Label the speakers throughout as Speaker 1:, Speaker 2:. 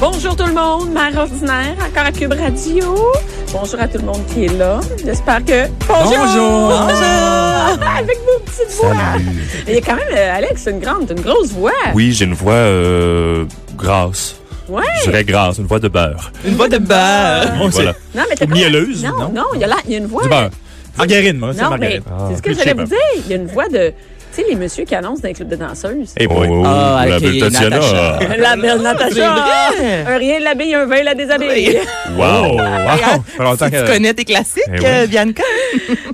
Speaker 1: Bonjour tout le monde, Mère Ordinaire, encore à Cube Radio. Bonjour à tout le monde qui est là. J'espère que... Bonjour! Ah!
Speaker 2: Bonjour!
Speaker 1: Avec vos petites voix.
Speaker 2: Salut.
Speaker 1: Il y a quand même, euh, Alex, une grande, une grosse voix.
Speaker 2: Oui, j'ai une voix euh, grasse.
Speaker 1: Ouais.
Speaker 2: Je dirais grasse, une voix de beurre.
Speaker 3: Une boîte de beurre.
Speaker 2: Oui, voilà.
Speaker 1: Non, mais t'as
Speaker 2: Ou
Speaker 1: pas-
Speaker 2: mielleuse,
Speaker 1: Non,
Speaker 2: non?
Speaker 1: non, il y a là, il y a une voix...
Speaker 2: Du beurre.
Speaker 3: Margarine, moi, c'est
Speaker 1: Non, mais
Speaker 3: margarine.
Speaker 1: c'est ce que
Speaker 2: Je
Speaker 1: j'allais
Speaker 2: sais
Speaker 1: vous
Speaker 2: pas.
Speaker 1: dire. Il y a une voix de... Tu sais, les messieurs qui annoncent dans les clubs de danseuses.
Speaker 2: Eh boy.
Speaker 3: Ah,
Speaker 2: la
Speaker 3: ok,
Speaker 2: belle Tatiana.
Speaker 3: Natacha.
Speaker 1: La belle
Speaker 2: Ah,
Speaker 1: Natacha.
Speaker 3: vrai.
Speaker 1: Un rien l'habille, un vin la déshabille.
Speaker 2: Oh, Wow. Ah,
Speaker 3: Regarde,
Speaker 2: Ça fait longtemps
Speaker 3: si
Speaker 2: que-
Speaker 3: tu connais tes classiques,
Speaker 2: Eh oui.
Speaker 3: euh, Bianca.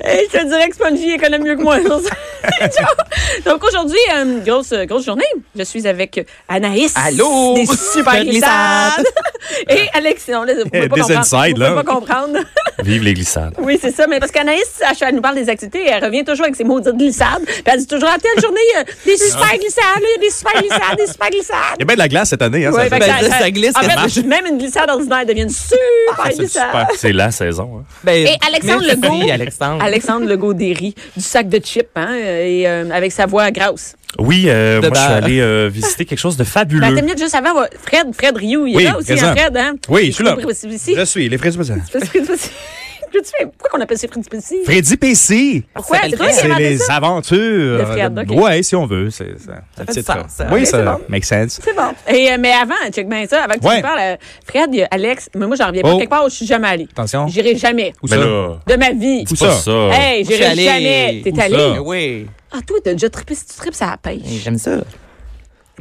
Speaker 1: Hey, je te dirais que Spongy elle connaît mieux que moi. Donc aujourd'hui, euh, grosse, grosse journée. Je suis avec Anaïs.
Speaker 3: Allô?
Speaker 1: Des super
Speaker 3: Des glissades.
Speaker 1: glissades. Et Alex, on ne
Speaker 2: Des
Speaker 1: peut pas comprendre.
Speaker 2: insides,
Speaker 1: Vous
Speaker 2: là.
Speaker 1: pouvez pas comprendre.
Speaker 2: Vive les glissades.
Speaker 1: Oui, c'est ça. Mais parce qu'Anaïs, elle, elle nous parle des activités et elle revient toujours avec ses maudites glissades. Puis elle dit toujours, à telle journée, il y a des super glissades, il y a des super glissades, des super glissades.
Speaker 2: Il y a bien de la glace cette année. Hein,
Speaker 1: Ouais,
Speaker 2: ça
Speaker 1: fait
Speaker 2: fait-
Speaker 1: que
Speaker 3: ben, ça, ça glisse,
Speaker 1: en
Speaker 3: ça
Speaker 1: fait,
Speaker 3: marche.
Speaker 1: Même une glissade ordinaire devient une super
Speaker 2: Ah, c'est
Speaker 1: glissade.
Speaker 2: super. C'est la saison. hein.
Speaker 3: Ben,
Speaker 1: Et Alexandre
Speaker 3: merci,
Speaker 1: Legault.
Speaker 3: Alexandre.
Speaker 1: Alexandre Legault Derry, du sac de chips, hein, et euh, avec sa voix grosse.
Speaker 2: Oui, euh,
Speaker 3: De
Speaker 2: moi, je suis
Speaker 3: beurre.
Speaker 2: allé euh, visiter quelque chose de
Speaker 1: Ben,
Speaker 2: fabuleux.
Speaker 1: t'as minutes juste avant, va- Fred, Fred Rioux, il est
Speaker 2: Oui,
Speaker 1: là aussi,
Speaker 2: présent.
Speaker 1: hein, Fred, hein?
Speaker 2: Oui, je suis là.
Speaker 1: Fred Rioux-Ici.
Speaker 2: suis, les Freddy Pessy.
Speaker 1: Fred Rioux-Ici. Peux-tu faire- Pourquoi qu'on appelle ça Fred Rioux-Ici?
Speaker 2: Freddy Pessy.
Speaker 1: Pourquoi?
Speaker 3: s'appelle
Speaker 1: C'est toi
Speaker 3: Fred.
Speaker 1: qui as
Speaker 2: C'est
Speaker 1: inventé
Speaker 2: les
Speaker 1: ça?
Speaker 2: aventures.
Speaker 1: De Fred, ok.
Speaker 2: Ouais, si on veut. C'est, ça
Speaker 3: fait du
Speaker 2: titre.
Speaker 3: sens, hein.
Speaker 2: Oui,
Speaker 3: Mais
Speaker 1: c'est
Speaker 2: ça
Speaker 1: bon.
Speaker 2: make sense.
Speaker 1: C'est bon. Et, euh, mais avant, check bien ça, avant que tu
Speaker 2: Ouais.
Speaker 1: nous parles, euh, Fred, il y a Alex, mais moi, j'en reviens pas.
Speaker 2: Oh.
Speaker 1: Quelque part où je suis jamais allée.
Speaker 2: Attention.
Speaker 1: J'irai jamais.
Speaker 2: Où
Speaker 4: Mais
Speaker 2: ça?
Speaker 4: là,
Speaker 1: De ma vie.
Speaker 2: Où
Speaker 4: c'est pas
Speaker 2: ça?
Speaker 4: ça.
Speaker 1: Hey,
Speaker 3: Moi, je suis
Speaker 1: j'irai
Speaker 3: allée.
Speaker 1: jamais. T'es
Speaker 2: Où
Speaker 1: allé?
Speaker 2: ça?
Speaker 3: Ben Oui,
Speaker 1: Ah, toi, t'as déjà trippé, si tu tripes, ça la pêche.
Speaker 3: j'aime ça.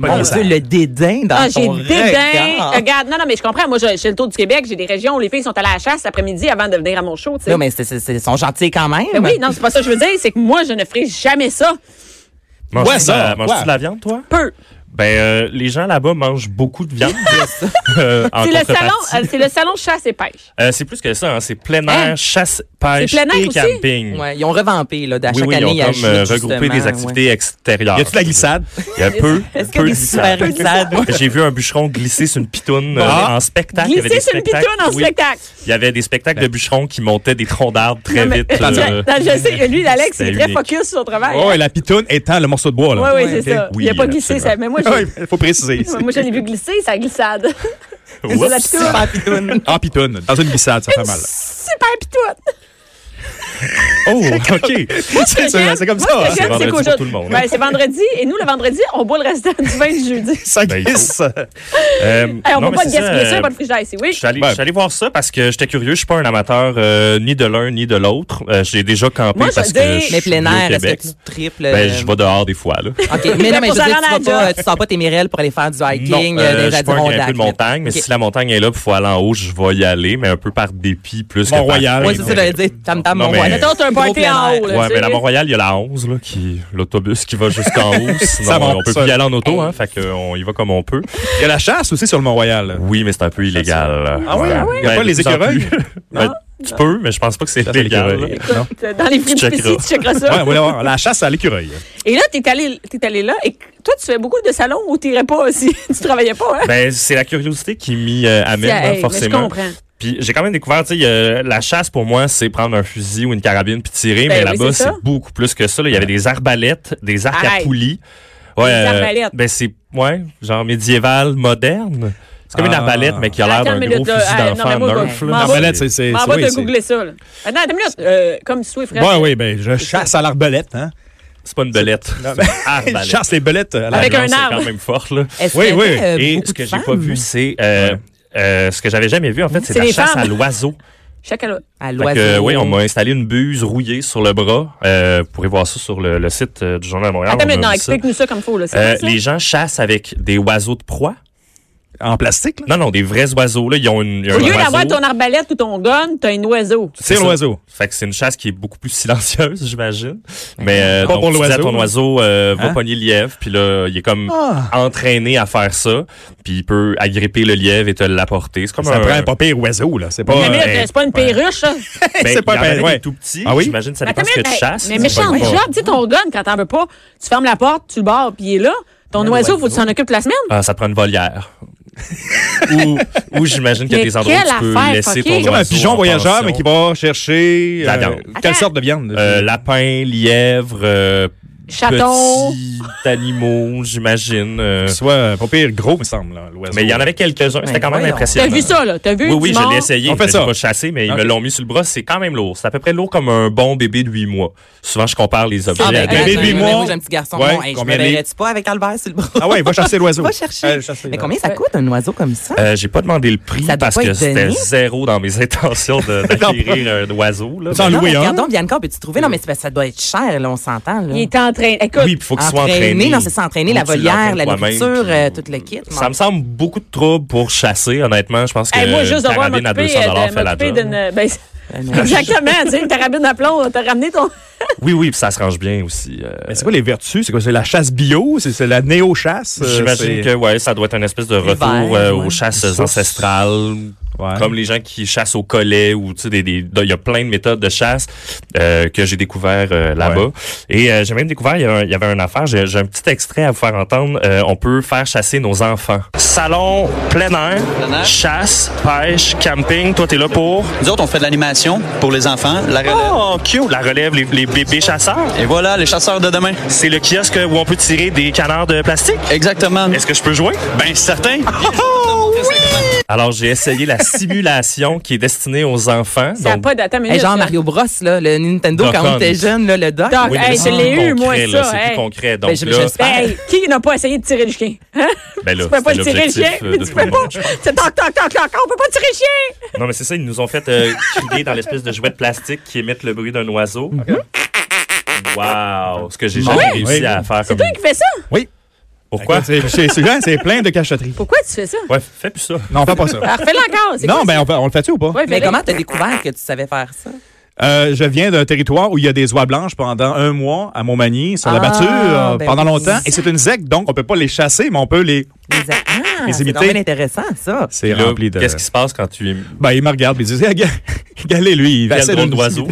Speaker 2: Pas
Speaker 3: On
Speaker 2: de
Speaker 3: veut
Speaker 2: sens.
Speaker 3: le dédain dans
Speaker 1: Ah, j'ai
Speaker 3: ton
Speaker 1: dédain.
Speaker 3: regard.
Speaker 1: Regarde, non, non, mais je comprends. Moi, j'ai j'ai le tour du Québec, j'ai des régions où les filles sont allées à la chasse l'après-midi avant de venir à mon show, tu sais.
Speaker 3: Non, mais c'est- c'est- c'est- ils sont gentils quand même.
Speaker 1: Ben oui, non, c'est pas ça que je veux dire. C'est que moi, je ne ferai jamais ça.
Speaker 2: Manges-tu
Speaker 3: Ouais,
Speaker 2: de
Speaker 3: ça,
Speaker 2: la- manges-tu
Speaker 3: ouais.
Speaker 2: de la viande, toi?
Speaker 1: Peu.
Speaker 2: Ben, euh, les gens là-bas mangent beaucoup de viande. Euh, en
Speaker 1: C'est le salon,
Speaker 2: contrepartie.
Speaker 1: euh, c'est le salon chasse et pêche.
Speaker 2: Euh, c'est plus que ça, hein. c'est plein air,
Speaker 1: Hein?
Speaker 2: chasse, pêche
Speaker 1: C'est plein air
Speaker 2: et
Speaker 1: aussi?
Speaker 2: camping.
Speaker 3: Ouais, ils ont revampé, là, à
Speaker 2: Oui,
Speaker 3: chaque
Speaker 2: oui, ils
Speaker 3: année,
Speaker 2: ont comme euh,
Speaker 3: ajoutent,
Speaker 2: regroupé
Speaker 3: justement,
Speaker 2: des
Speaker 3: ouais.
Speaker 2: activités extérieures.
Speaker 4: Y a-tu de la glissade?
Speaker 2: Il y a peu,
Speaker 3: Est-ce qu'il y a
Speaker 2: peu
Speaker 3: des
Speaker 2: de
Speaker 3: super
Speaker 2: glissades.
Speaker 3: glissades? Moi,
Speaker 2: J'ai vu un bûcheron glisser sur une pitoune euh,
Speaker 4: Ah.
Speaker 2: en spectacle. Il y avait
Speaker 1: Glisser
Speaker 2: des
Speaker 1: sur une
Speaker 2: spectacles,
Speaker 1: pitoune en
Speaker 2: oui.
Speaker 1: spectacle.
Speaker 2: Il y avait des spectacles de bûcherons qui montaient des troncs d'arbres très
Speaker 1: Non, mais-
Speaker 2: vite. euh,
Speaker 1: Non, je sais que lui, Alex, il est
Speaker 2: C'était
Speaker 1: très
Speaker 2: unique.
Speaker 1: focus sur son travail.
Speaker 4: Oh, et la pitoune étant le morceau de bois, là.
Speaker 1: Oui, oui,
Speaker 3: Ouais,
Speaker 1: c'est
Speaker 4: ok.
Speaker 1: ça.
Speaker 2: Oui,
Speaker 1: il n'a pas glissé,
Speaker 2: absolument.
Speaker 1: ça. Mais moi,
Speaker 4: Ah
Speaker 1: j'ai.
Speaker 4: oui, faut préciser.
Speaker 1: Moi, je l'ai vu glisser, ça glissade.
Speaker 2: oups.
Speaker 1: C'est la pitoune.
Speaker 3: super pitoune.
Speaker 4: En Ah, pitoune, dans une glissade, ça fait mal.
Speaker 1: Super pitoute.
Speaker 2: Oh, OK.
Speaker 4: C'est ça, c'est comme
Speaker 1: Moi,
Speaker 4: ça.
Speaker 1: ce
Speaker 4: hein.
Speaker 1: que j'aime,
Speaker 2: c'est
Speaker 1: c'est
Speaker 2: vendredi pour
Speaker 1: qu'aujourd'hui-
Speaker 2: tout le monde. hein.
Speaker 1: Ben, c'est vendredi. Et nous, le vendredi, on boit le restant du vin du jeudi.
Speaker 4: Ça
Speaker 2: Ben, il
Speaker 4: glisse.
Speaker 2: Euh,
Speaker 1: Hey, on ne
Speaker 2: non,
Speaker 1: peut
Speaker 2: mais
Speaker 1: pas
Speaker 2: c'est
Speaker 1: de
Speaker 2: ça,
Speaker 1: gaspiller ça,
Speaker 2: euh,
Speaker 1: pas de frigidaire ici, oui.
Speaker 2: Je suis, allé,
Speaker 4: Ouais.
Speaker 2: je suis allé voir ça parce que j'étais curieux. Je suis pas un amateur euh, ni de l'un ni de l'autre. Euh, j'ai déjà campé
Speaker 1: Moi, je
Speaker 2: parce
Speaker 1: dis-
Speaker 2: que je
Speaker 3: Mais
Speaker 2: suis
Speaker 3: plein
Speaker 2: au
Speaker 3: air, est-ce
Speaker 2: Québec.
Speaker 3: que tu triples?
Speaker 2: Ben,
Speaker 3: euh,
Speaker 2: je vais dehors des fois. Là.
Speaker 3: OK, mais non, mais je
Speaker 1: Pour
Speaker 3: veux dire,
Speaker 1: se rendre
Speaker 3: tu, vas
Speaker 1: à la
Speaker 3: pas,
Speaker 1: job.
Speaker 3: tu sors pas tes mirelles pour aller faire du hiking,
Speaker 2: non,
Speaker 3: euh,
Speaker 2: euh,
Speaker 3: des
Speaker 2: je suis pas un
Speaker 3: radirondacs.
Speaker 2: grimpeur de montagne, mais
Speaker 3: OK.
Speaker 2: si la montagne est là, il faut aller en haut, je vais y aller, mais un peu par dépit plus que
Speaker 4: Mont-Royal.
Speaker 2: par
Speaker 3: Oui, c'est ça, j'allais dire. Tam tam,
Speaker 2: Non,
Speaker 3: mon
Speaker 2: mais-
Speaker 3: roi.
Speaker 1: Mettons, t'as un
Speaker 3: Gros
Speaker 1: party
Speaker 3: plein
Speaker 1: en
Speaker 3: air.
Speaker 1: haut, là.
Speaker 2: Ouais,
Speaker 1: tu
Speaker 2: mais
Speaker 1: sais.
Speaker 2: la Mont-Royal, il y a la 11, là, qui, l'autobus qui va jusqu'en haut. Sinon,
Speaker 4: Ça monte
Speaker 2: on peut
Speaker 4: seul.
Speaker 2: plus y aller en auto, hein. Fait qu'on y va comme on peut.
Speaker 4: Il y a la chasse aussi sur le Mont-Royal.
Speaker 2: Oui, mais c'est un peu illégal.
Speaker 4: Ah oui? Ah oui? Y a pas les écureuils?
Speaker 2: Ben, tu peux, mais je pense pas que c'est
Speaker 4: Chasse à
Speaker 2: légal.
Speaker 4: l'écureuil.
Speaker 2: là.
Speaker 4: Non.
Speaker 1: Écoute, euh, Dans les frites
Speaker 2: checkeras.
Speaker 1: spécifiques, tu checkeras
Speaker 4: Ouais,
Speaker 1: ça.
Speaker 4: on va aller voir la chasse à l'écureuil.
Speaker 1: Et là, t'es allé, t'es allé là. Et toi, tu fais beaucoup de salons où t'irais pas aussi. tu travaillais pas, hein?
Speaker 2: Ben, c'est la curiosité qui m'y euh, amène,
Speaker 1: Tiens,
Speaker 2: hein,
Speaker 1: hey, mais je
Speaker 2: forcément.
Speaker 1: comprends.
Speaker 2: Puis j'ai quand même découvert, tu sais, euh, la chasse pour moi, c'est prendre un fusil ou une carabine puis
Speaker 1: Ben
Speaker 2: tirer, mais
Speaker 1: oui,
Speaker 2: là-bas,
Speaker 1: c'est
Speaker 2: c'est
Speaker 1: ça.
Speaker 2: beaucoup plus que ça. là. Il y avait des arbalètes, des arcs
Speaker 1: Arrête.
Speaker 2: à poulies. Ouais,
Speaker 1: Des
Speaker 2: euh,
Speaker 1: arbalètes.
Speaker 2: ben c'est ouais, genre médiéval moderne. C'est comme une
Speaker 4: Ah.
Speaker 2: arbalète mais qui a l'air
Speaker 1: Attends
Speaker 2: d'un
Speaker 1: une
Speaker 2: gros
Speaker 1: minute,
Speaker 2: fusil
Speaker 1: là. Ah, non, mais
Speaker 2: d'enfant
Speaker 1: moi,
Speaker 2: nerf.
Speaker 1: je m'en vais.
Speaker 2: là. Non, mais là,
Speaker 4: L'arbalète, c'est. c'est-
Speaker 1: M'en
Speaker 4: oui,
Speaker 1: va te
Speaker 4: c'est-
Speaker 1: googler ça, là. Attends, attends une minute. Euh, comme sous et frère.
Speaker 4: Ouais, oui, ben, je chasse à l'arbalète, hein.
Speaker 2: C'est pas une belette. C'est une
Speaker 4: Je
Speaker 2: arbalète.
Speaker 4: chasse les belettes euh, à la
Speaker 1: Avec
Speaker 2: La
Speaker 1: un
Speaker 2: violence est
Speaker 1: arbre.
Speaker 2: quand même forte là.
Speaker 3: Est-ce
Speaker 4: Oui,
Speaker 3: qu'il y avait,
Speaker 4: oui.
Speaker 3: euh,
Speaker 2: Et
Speaker 3: beaucoup
Speaker 2: ce
Speaker 3: de
Speaker 2: que j'ai pas
Speaker 3: femmes
Speaker 2: vu c'est euh, euh, ce que j'avais jamais vu en fait, c'est
Speaker 1: C'est
Speaker 2: la
Speaker 1: les
Speaker 2: chasse
Speaker 1: femmes.
Speaker 2: à l'oiseau.
Speaker 1: Chaque à l'autre.
Speaker 3: À
Speaker 2: Fait
Speaker 3: l'oiseau.
Speaker 2: que, oui, on m'a installé une buse rouillée sur le bras. Euh, vous pourrez voir ça sur le, le site euh, du Journal de Montréal.
Speaker 1: Attends
Speaker 2: On a
Speaker 1: maintenant,
Speaker 2: mis ça.
Speaker 1: explique-nous ça comme faut, là. C'est
Speaker 2: Euh,
Speaker 1: vrai, ça?
Speaker 2: les gens chassent avec des oiseaux de proie.
Speaker 4: En plastique, là.
Speaker 2: Non, non, des vrais oiseaux. Là, ils ont une.
Speaker 1: Au lieu d'avoir ton arbalète ou ton gun, t'as un oiseau.
Speaker 4: C'est l'oiseau.
Speaker 2: Fait que c'est une chasse qui est beaucoup plus silencieuse, j'imagine. Mais euh,
Speaker 4: Pas
Speaker 2: donc,
Speaker 4: pour
Speaker 2: tu dis à
Speaker 4: l'oiseau.
Speaker 2: ton oiseau, euh, va
Speaker 4: Hein?
Speaker 2: pogner le lièvre, puis là, il est comme
Speaker 4: Ah.
Speaker 2: entraîné à faire ça, puis il peut agripper le lièvre et te l'apporter. C'est comme
Speaker 4: Ça
Speaker 2: un.
Speaker 4: prend un pas pire oiseau, là. C'est pas.
Speaker 1: Mais
Speaker 2: Ouais,
Speaker 1: minute,
Speaker 2: ouais.
Speaker 1: c'est pas une perruche, ça.
Speaker 2: Ben,
Speaker 4: c'est pas
Speaker 2: il y en avait
Speaker 4: pareil, ouais.
Speaker 2: des tout petit.
Speaker 4: Ah oui?
Speaker 2: J'imagine que ça
Speaker 1: Attends
Speaker 2: dépend ce
Speaker 1: une
Speaker 2: que tu
Speaker 1: minute,
Speaker 2: chasses.
Speaker 1: Mais méchant
Speaker 2: Ouais.
Speaker 1: job, tu sais, ton gun, quand t'en veux pas, tu fermes la porte, tu le barres, puis il est là. Ton oiseau, faut que tu t'en occupes la semaine.
Speaker 2: Ah, ça prend une volière. ou ou j'imagine qu'il y a
Speaker 1: Mais
Speaker 2: des endroits où tu
Speaker 1: quelle
Speaker 2: peux
Speaker 1: affaire,
Speaker 2: laisser
Speaker 1: fucké.
Speaker 2: ton
Speaker 1: Comme
Speaker 2: oiseau.
Speaker 4: Comme un
Speaker 2: en
Speaker 4: pigeon voyageur,
Speaker 2: pension.
Speaker 4: mais qui va chercher.
Speaker 2: La
Speaker 4: euh,
Speaker 2: viande.
Speaker 4: Quelle
Speaker 1: Attends.
Speaker 4: sorte de viande?
Speaker 2: Euh, lapin, lièvre, euh,
Speaker 1: Chaton.
Speaker 2: petits animaux, j'imagine. euh,
Speaker 4: Soit euh, pas pire gros, me semble, là, l'oiseau.
Speaker 2: mais il y en avait quelques-uns. C'était quand même
Speaker 3: voyons.
Speaker 1: T'as
Speaker 2: impressionnant.
Speaker 1: vu ça, là? T'as vu?
Speaker 2: Oui, oui,
Speaker 1: du
Speaker 2: je
Speaker 1: monde?
Speaker 2: l'ai essayé.
Speaker 4: On fait
Speaker 2: je
Speaker 4: ça.
Speaker 2: l'ai pas chassé, mais
Speaker 4: Ok.
Speaker 2: ils me l'ont mis sur le bras. C'est quand même lourd. C'est à peu près lourd comme un bon bébé de 8 mois. Souvent, je compare les objets.
Speaker 3: Ah, ben,
Speaker 2: avec-
Speaker 4: un
Speaker 3: hey,
Speaker 4: bébé
Speaker 3: attends,
Speaker 4: huit
Speaker 3: moi,
Speaker 4: mois.
Speaker 3: j'ai un petit garçon.
Speaker 4: Ouais,
Speaker 3: bon, hey, je me
Speaker 4: combien il est?
Speaker 3: verrais-tu pas avec Albert sur le bras?
Speaker 4: Ah ouais, va chasser l'oiseau.
Speaker 3: Va chercher.
Speaker 4: Allez, chasser
Speaker 3: Mais
Speaker 4: l'oiseau.
Speaker 3: combien ça coûte un oiseau comme ça?
Speaker 2: Euh, j'ai pas demandé le prix
Speaker 3: Ça doit
Speaker 2: parce
Speaker 3: pas
Speaker 2: que
Speaker 3: être
Speaker 2: c'était
Speaker 3: donné.
Speaker 2: zéro dans mes intentions de- d'acquérir un oiseau. Là.
Speaker 4: Sans
Speaker 2: Mais-
Speaker 3: non,
Speaker 4: louer
Speaker 3: mais
Speaker 4: un.
Speaker 3: regardons, Bianca, peux-tu trouver? Non, mais c'est parce que ça doit être cher, là, on s'entend. là.
Speaker 1: Il est en train. Écoute,
Speaker 2: Oui, il faut qu'il soit
Speaker 3: Entraîné,
Speaker 2: entraîné.
Speaker 3: non, c'est s'entraîner, la
Speaker 2: Faut que tu
Speaker 3: volière, la
Speaker 2: l'entraînes
Speaker 3: nourriture,
Speaker 2: toi-même,
Speaker 3: euh,
Speaker 2: puis-
Speaker 3: tout le kit.
Speaker 2: Ça me semble beaucoup de troubles pour chasser, honnêtement. Je pense que
Speaker 1: hey, moi, juste
Speaker 2: une
Speaker 1: de voir
Speaker 2: carabine à
Speaker 1: m'occuper
Speaker 2: 200
Speaker 1: euh, de-
Speaker 2: fait la
Speaker 1: m'occuper
Speaker 2: job.
Speaker 1: d'une. ben,
Speaker 3: non.
Speaker 1: exactement, tu sais, une carabine à plomb, t'as ramené ton.
Speaker 2: Oui, oui, puis ça se range bien aussi. euh,
Speaker 4: Mais c'est quoi les vertus? C'est quoi? C'est la chasse bio? C'est c'est la néo-chasse? Euh,
Speaker 2: J'imagine
Speaker 4: c'est-
Speaker 2: que ouais, ça doit être une espèce de
Speaker 3: L'hiver,
Speaker 2: retour euh,
Speaker 3: ouais.
Speaker 2: aux chasses
Speaker 4: Source.
Speaker 2: ancestrales.
Speaker 4: Ouais.
Speaker 2: Comme les gens qui chassent au collet ou tu sais des- des- il y a plein de méthodes de chasse euh, que j'ai découvert euh, là-bas
Speaker 4: Ouais.
Speaker 2: et euh, j'ai même découvert il y, a un- il y avait une affaire j'ai j'ai un petit extrait à vous faire entendre Euh, on peut faire chasser nos enfants salon plein air, chasse pêche camping toi t'es là pour
Speaker 5: Nous autres, on fait de l'animation pour les enfants, la relève.
Speaker 2: oh cute la relève les, les bébés chasseurs
Speaker 5: Et voilà, les chasseurs de demain.
Speaker 2: c'est le kiosque où on peut tirer des canards de plastique
Speaker 5: Exactement.
Speaker 2: est-ce que je peux jouer Oh,
Speaker 5: Ben, c'est certain.
Speaker 2: Alors, j'ai essayé la simulation qui est destinée aux enfants.
Speaker 1: Ça n'a
Speaker 2: Donc,
Speaker 1: pas d'attente
Speaker 3: Hey, genre Mario Bros, là, le Nintendo,
Speaker 2: Doc
Speaker 3: quand on
Speaker 2: Hunt.
Speaker 3: était jeune, là, le doc.
Speaker 1: Doc,
Speaker 2: oui, mais
Speaker 1: Hey,
Speaker 2: c'est
Speaker 1: je
Speaker 2: plus
Speaker 1: l'ai eu,
Speaker 2: concret,
Speaker 1: moi,
Speaker 2: là,
Speaker 1: ça,
Speaker 2: C'est
Speaker 1: hey.
Speaker 2: plus concret. Donc,
Speaker 3: Ben, je-
Speaker 2: là,
Speaker 3: j'espère.
Speaker 1: Hey, qui n'a pas essayé de tirer le chien? Hein?
Speaker 2: ben là,
Speaker 1: Tu peux pas
Speaker 2: c'était
Speaker 1: le tirer le
Speaker 2: l'objectif,
Speaker 1: chien?
Speaker 2: euh,
Speaker 1: Mais
Speaker 2: de
Speaker 1: tu
Speaker 2: tout le
Speaker 1: peux pas!
Speaker 2: monde.
Speaker 1: C'est toc, toc, toc, toc, on peut pas tirer le chien!
Speaker 2: Non, mais c'est ça, ils nous ont fait euh, crier dans l'espèce de jouet de plastique qui émette le bruit d'un oiseau.
Speaker 1: Mhm.
Speaker 2: Wow! Ce que j'ai jamais
Speaker 4: Oui.
Speaker 2: réussi à faire.
Speaker 1: C'est
Speaker 2: Comme...
Speaker 1: toi qui fais ça?
Speaker 4: Oui.
Speaker 2: Pourquoi?
Speaker 4: C'est- C'est c'est- hein, c'est plein de cacheteries.
Speaker 1: Pourquoi tu fais ça?
Speaker 2: Ouais, fais plus ça.
Speaker 4: Non, fais pas ça.
Speaker 3: Ah,
Speaker 1: Alors, fais-le encore! c'est
Speaker 4: Non,
Speaker 1: quoi
Speaker 4: ben on, fait- on le fait-tu ou pas?
Speaker 1: ça? Ouais,
Speaker 3: Mais
Speaker 1: fais-le.
Speaker 3: comment t'as découvert que tu savais faire ça?
Speaker 4: Euh, je viens d'un territoire où il y a des oies blanches pendant un mois à Montmagny, sur la
Speaker 3: Ah,
Speaker 4: battue, euh,
Speaker 3: ben
Speaker 4: pendant
Speaker 3: oui.
Speaker 4: longtemps. Et c'est une zec, donc on peut pas les chasser, mais on peut les...
Speaker 3: Les, ah,
Speaker 4: Les
Speaker 3: c'est
Speaker 4: imiter.
Speaker 3: donc bien intéressant, ça.
Speaker 4: C'est
Speaker 2: Là,
Speaker 4: rempli de...
Speaker 2: Qu'est-ce qui se passe quand tu es.
Speaker 4: Ben, il me regarde et il dit, hey, gars- Galé, lui, il va
Speaker 2: Quel
Speaker 4: essayer
Speaker 2: drôle
Speaker 4: de-
Speaker 2: d'oiseau.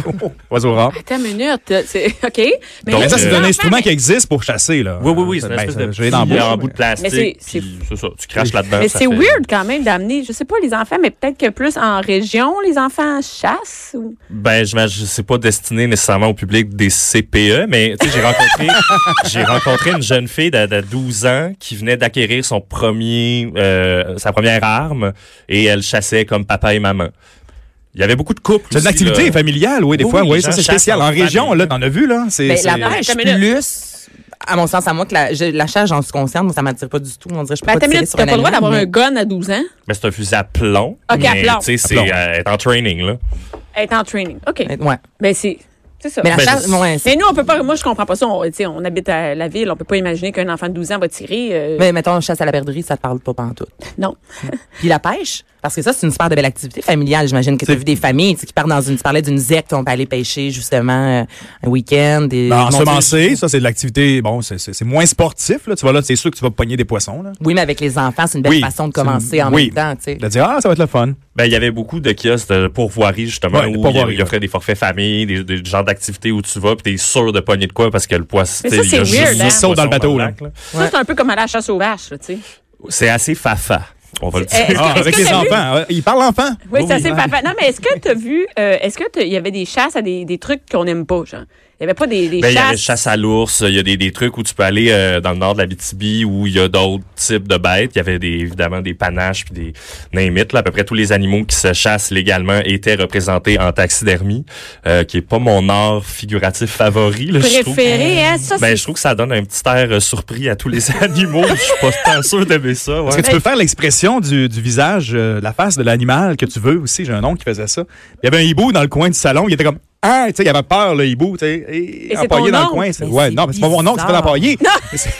Speaker 4: oiseau rare.
Speaker 1: Attends une minute, euh, c'est OK. Mais
Speaker 2: Donc,
Speaker 1: là,
Speaker 4: Mais ça,
Speaker 1: tu
Speaker 4: c'est
Speaker 1: dis,
Speaker 4: un
Speaker 1: enfin,
Speaker 4: instrument
Speaker 1: mais-
Speaker 4: qui existe pour chasser, là.
Speaker 2: euh, Oui, oui, oui, c'est une
Speaker 4: Ben,
Speaker 2: espèce
Speaker 4: ça-
Speaker 2: de
Speaker 4: je l'ai dans la
Speaker 2: petit, euh,
Speaker 4: bouche,
Speaker 2: en bout de
Speaker 4: mais-
Speaker 2: plastique.
Speaker 1: Mais c'est-
Speaker 2: puis C'est ça, tu craches là-dedans.
Speaker 1: Mais
Speaker 2: ça
Speaker 1: c'est
Speaker 2: fait-
Speaker 1: weird quand même d'amener, je sais pas, les enfants, mais peut-être que plus en région, les enfants chassent. Ou...
Speaker 2: Ben, j'imagine, c'est pas destiné nécessairement au public des CPE, mais tu sais, j'ai rencontré, j'ai rencontré une jeune fille de, de 12 ans qui venait d'acquérir son premier, euh, sa première arme et elle chassait comme papa et maman. Il y avait beaucoup de couples.
Speaker 4: C'est une
Speaker 2: aussi,
Speaker 4: activité
Speaker 2: là.
Speaker 4: familiale, oui, des
Speaker 2: euh, Oui,
Speaker 4: fois.
Speaker 2: oui,
Speaker 4: Oui,
Speaker 2: les
Speaker 4: ça,
Speaker 2: gens
Speaker 4: c'est spécial.
Speaker 2: chassent
Speaker 4: En
Speaker 2: en
Speaker 4: région,
Speaker 2: famille.
Speaker 4: là, t'en as vu, là. C'est-
Speaker 3: Ben,
Speaker 4: c'est-
Speaker 3: la
Speaker 1: Attends
Speaker 3: pêche
Speaker 1: une minute.
Speaker 3: plus, à mon sens, à moi que la, je- la chasse, j'en suis consciente, moi, ça m'attire pas du tout. On dirait, je peux
Speaker 1: Ben,
Speaker 3: pas
Speaker 1: t'as
Speaker 3: tirer
Speaker 1: minute,
Speaker 3: sur
Speaker 1: t'as
Speaker 3: un
Speaker 1: pas le droit
Speaker 3: animal,
Speaker 1: d'avoir un
Speaker 3: mais-
Speaker 1: gun à 12 ans,
Speaker 2: Mais c'est un fusil à plomb.
Speaker 1: Ok, à
Speaker 2: mais,
Speaker 1: plomb.
Speaker 2: Tu sais, c'est
Speaker 4: À plomb.
Speaker 2: euh, elle est en training, là.
Speaker 1: être en training. OK.
Speaker 3: Ouais.
Speaker 1: Ben, c'est c'est ça.
Speaker 3: Mais la
Speaker 2: Ben,
Speaker 3: chasse,
Speaker 2: c'est-
Speaker 3: ouais, c'est-
Speaker 1: Mais nous, on peut pas. Moi, je comprends pas ça. On, tu sais, on habite à la ville. On peut pas imaginer qu'un enfant de 12 ans va tirer. euh,
Speaker 3: Mais mettons, chasse à la perdrix, ça te parle pas pantoute.
Speaker 1: Non.
Speaker 3: Puis la pêche, parce que ça, c'est une super de belle activité familiale. J'imagine que tu as vu des familles tu sais, qui partent dans une. Tu parlais d'une zec, on peut aller pêcher justement euh, un week-end. et-
Speaker 4: Ben,
Speaker 3: mon Dieu,
Speaker 4: ensemencer, ça, c'est de l'activité. Bon, c'est- c'est c'est moins sportif, là. Tu vas là, c'est sûr que tu vas pogner des poissons, là.
Speaker 3: Oui, mais avec les enfants, c'est une belle Ben, façon de
Speaker 4: c'est une-
Speaker 3: commencer en
Speaker 4: oui.
Speaker 3: même temps. tu sais.
Speaker 4: De dire, ah, ça va être le fun.
Speaker 2: Ben, il y avait beaucoup de kiosques de pourvoirie, justement,
Speaker 4: Ouais, de
Speaker 2: où
Speaker 4: pourvoirie,
Speaker 2: il, il offrait des forfaits famille, des, des genres d'activités où tu vas, puis t'es sûr de pogner de quoi parce que le poisson,
Speaker 1: Mais ça,
Speaker 2: tu sais, il y a
Speaker 1: c'est
Speaker 2: juste
Speaker 1: weird,
Speaker 2: du
Speaker 1: hein?
Speaker 2: poisson
Speaker 4: Saute dans le bateau, là.
Speaker 2: lac,
Speaker 1: Ça, c'est un peu comme aller à la chasse aux vaches, là, tu sais.
Speaker 2: C'est assez fafa, on va le
Speaker 1: C'est- euh,
Speaker 2: dire.
Speaker 1: est-ce que-
Speaker 4: Ah,
Speaker 1: est-ce
Speaker 4: avec
Speaker 1: que
Speaker 4: les
Speaker 1: t'as vu-
Speaker 4: enfants. Ouais, Il parle enfant.
Speaker 1: Oui,
Speaker 4: Oui,
Speaker 1: ça c'est
Speaker 4: oui.
Speaker 1: papa. Non, mais est-ce que t'as vu, euh, est-ce que t'as- il y avait des chasses à des, des trucs qu'on n'aime pas, genre? Il y avait pas des, des
Speaker 2: Ben, il y a la
Speaker 1: chasses.
Speaker 2: chasse à l'ours, il y a des, des trucs où tu peux aller euh, dans le nord de la BTB où il y a d'autres types de bêtes. Il y avait des, évidemment des panaches puis des name it, là. À peu près tous les animaux qui se chassent légalement étaient représentés en taxidermie, euh, qui est pas mon art figuratif favori. Là, je trouve.
Speaker 1: préférées, hein? Ça,
Speaker 2: Ben,
Speaker 1: c'est.
Speaker 2: je trouve que ça donne un petit air euh, surpris à tous les animaux. Je suis pas tant sûr d'aimer ça. ouais.
Speaker 4: Est-ce que tu peux faire l'expression du, du visage, euh, de la face de l'animal que tu veux aussi? J'ai un oncle qui faisait ça. Il y avait un hibou dans le coin du salon. Il était comme, ah, tu sais, il avait peur, le hibou, tu sais, et-
Speaker 1: Et c'est
Speaker 4: empaillé
Speaker 1: ton
Speaker 4: dans le
Speaker 1: oncle?
Speaker 4: coin. C'est-
Speaker 3: Mais
Speaker 4: Ouais,
Speaker 3: c'est
Speaker 4: non, mais c'est pas mon oncle, c'est pas
Speaker 3: bizarre.
Speaker 4: l'empaillé. Mais C'est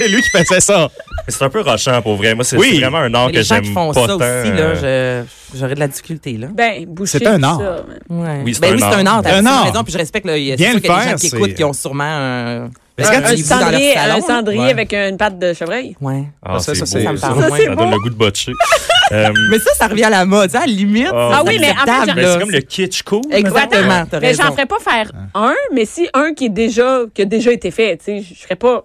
Speaker 4: c'est lui qui faisait ça.
Speaker 2: C'est un peu rochant pour vrai. Moi, c'est
Speaker 4: Oui.
Speaker 2: c'est vraiment un art
Speaker 3: Mais
Speaker 2: que
Speaker 3: les gens
Speaker 2: j'aime
Speaker 3: qui
Speaker 2: pas
Speaker 3: font ça
Speaker 2: tant,
Speaker 3: aussi, là,
Speaker 2: euh,
Speaker 3: je- j'aurais de la difficulté. Là.
Speaker 1: Ben, boucher.
Speaker 4: C'est un
Speaker 1: tout
Speaker 4: art.
Speaker 1: ça.
Speaker 3: Ouais.
Speaker 2: Oui, c'est
Speaker 3: ben,
Speaker 2: un
Speaker 3: oui, c'est un art. t'as
Speaker 4: Un
Speaker 3: absolument
Speaker 4: art.
Speaker 3: raison, puis je respecte. Là, il y a- c'est
Speaker 4: Bien
Speaker 3: sûr
Speaker 4: le
Speaker 3: qu'il y a des
Speaker 4: faire,
Speaker 3: gens qui
Speaker 4: c'est-
Speaker 3: écoutes qui ont sûrement un.
Speaker 4: Parce que
Speaker 3: un
Speaker 4: quand
Speaker 1: Un
Speaker 4: tu-
Speaker 3: hibou dans leur
Speaker 1: cendrier,
Speaker 3: salon,
Speaker 1: un
Speaker 3: là.
Speaker 1: cendrier
Speaker 4: Ouais.
Speaker 1: avec une patte de chevreuil.
Speaker 3: Ouais.
Speaker 2: Ah,
Speaker 4: Ça,
Speaker 2: c'est
Speaker 4: ça,
Speaker 2: beau,
Speaker 4: c'est-
Speaker 2: ça,
Speaker 3: ça me
Speaker 2: ça
Speaker 3: parle.
Speaker 1: c'est
Speaker 2: donne
Speaker 1: beau.
Speaker 2: le goût de botcher. Euh,
Speaker 3: Mais ça, ça revient à la mode, hein, à la limite.
Speaker 2: Ah.
Speaker 3: c'est
Speaker 2: Ah
Speaker 1: oui, mais en fait,
Speaker 3: acceptable,
Speaker 2: ben,
Speaker 3: là.
Speaker 2: c'est comme le kitsch cool.
Speaker 1: Ouais,
Speaker 3: Exactement,
Speaker 1: attends,
Speaker 3: t'as
Speaker 1: Mais j'en
Speaker 3: raison. Hein?
Speaker 1: ferais pas faire un, mais si un qui est déjà qui a déjà été fait, tu sais, je je ferais pas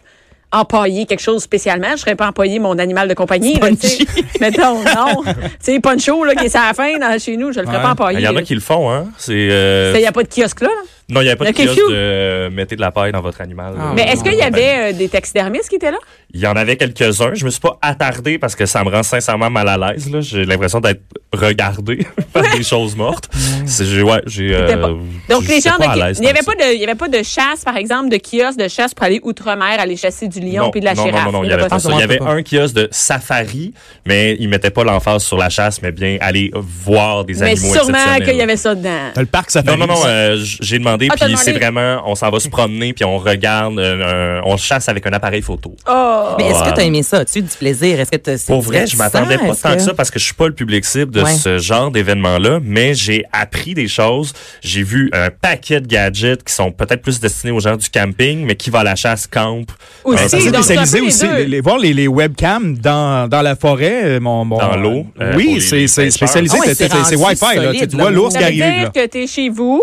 Speaker 1: empailler quelque chose spécialement, je ferais pas empailler mon animal de compagnie, là, tu sais. mettons, non. tu sais, Poncho là qui est à la fin dans- chez nous, je le ferais
Speaker 4: Ouais.
Speaker 1: pas empailler.
Speaker 2: Il y en a
Speaker 1: là.
Speaker 2: qui le font, hein. C'est
Speaker 1: Ça,
Speaker 2: euh,
Speaker 1: Il n'y a pas de kiosque là. là.
Speaker 2: Non, il n'y avait pas
Speaker 1: Le
Speaker 2: de kiosque
Speaker 1: cacou.
Speaker 2: de euh, mettez de la paille dans votre animal.
Speaker 3: Ah,
Speaker 1: Mais
Speaker 3: ouais.
Speaker 1: est-ce qu'il y avait euh, des taxidermistes qui étaient là?
Speaker 2: Il y en avait quelques-uns. Je me suis pas attardé parce que ça me rend sincèrement mal à l'aise. là. J'ai l'impression d'être regardé par des choses mortes. C'est- j'ai- ouais, j'ai, euh,
Speaker 1: T'étais pas- Donc,
Speaker 2: je
Speaker 1: les
Speaker 2: suis
Speaker 1: gens
Speaker 2: pas à
Speaker 1: de-
Speaker 2: l'aise
Speaker 1: Il n'y avait,
Speaker 2: tant
Speaker 1: pas
Speaker 2: que
Speaker 1: de- il y avait pas de chasse, par exemple, de kiosque de chasse pour aller outre-mer, aller chasser du
Speaker 2: ça.
Speaker 1: lion puis de la
Speaker 2: non,
Speaker 1: girafe.
Speaker 2: non, non, non, il y
Speaker 1: a
Speaker 2: avait
Speaker 1: pas
Speaker 2: pas
Speaker 1: ça.
Speaker 2: ça. Il y
Speaker 3: Moi, je
Speaker 2: avait
Speaker 3: peux pas.
Speaker 2: un kiosque de safari, mais il mettait pas l'emphase sur la chasse, mais bien aller voir des
Speaker 1: Mais
Speaker 2: animaux
Speaker 1: sûrement
Speaker 2: exceptionnels.
Speaker 1: qu'il y avait ça dedans.
Speaker 4: T'as le parc, ça fait
Speaker 2: Non, non, non, euh, j- j'ai demandé,
Speaker 1: Ah, t'as
Speaker 2: puis c'est
Speaker 1: demandé.
Speaker 2: vraiment, on s'en va se promener, puis on regarde, euh, un- on chasse avec un appareil photo.
Speaker 1: Oh!
Speaker 3: Mais est-ce
Speaker 2: Ouais.
Speaker 3: que t'as aimé ça? As-tu eu du plaisir? Est-ce que t'as- c'est
Speaker 2: Pour vrai, je m'attendais pas
Speaker 3: divertissant?
Speaker 2: tant que
Speaker 3: Est-ce
Speaker 2: ça parce que je suis pas le public cible de
Speaker 3: Ouais.
Speaker 2: ce genre d'événement-là, mais j'ai appris des choses. J'ai vu un paquet de gadgets qui sont peut-être plus destinés aux gens du camping, mais qui va à la chasse camp.
Speaker 1: Aussi,
Speaker 2: Euh,
Speaker 4: Ça s'est
Speaker 1: donc, c'est un peu
Speaker 4: spécialisé
Speaker 1: les
Speaker 4: aussi.
Speaker 1: deux.
Speaker 4: les- les- voir les, les webcams dans, dans la forêt, euh, mon, mon-
Speaker 2: Dans l'eau, euh, pour
Speaker 4: oui,
Speaker 2: les-
Speaker 4: c'est
Speaker 2: les
Speaker 4: c'est
Speaker 2: pêcheurs.
Speaker 4: spécialisé.
Speaker 3: Ah ouais,
Speaker 4: c'est-
Speaker 3: c'est
Speaker 4: c'est c'est
Speaker 3: rendu
Speaker 4: Wi-Fi. là.
Speaker 3: solide,
Speaker 4: Tu tu vois
Speaker 3: là.
Speaker 4: l'ours
Speaker 1: Ça
Speaker 4: qui
Speaker 1: veut
Speaker 4: arrive.
Speaker 1: dire
Speaker 4: là.
Speaker 1: que t'es chez vous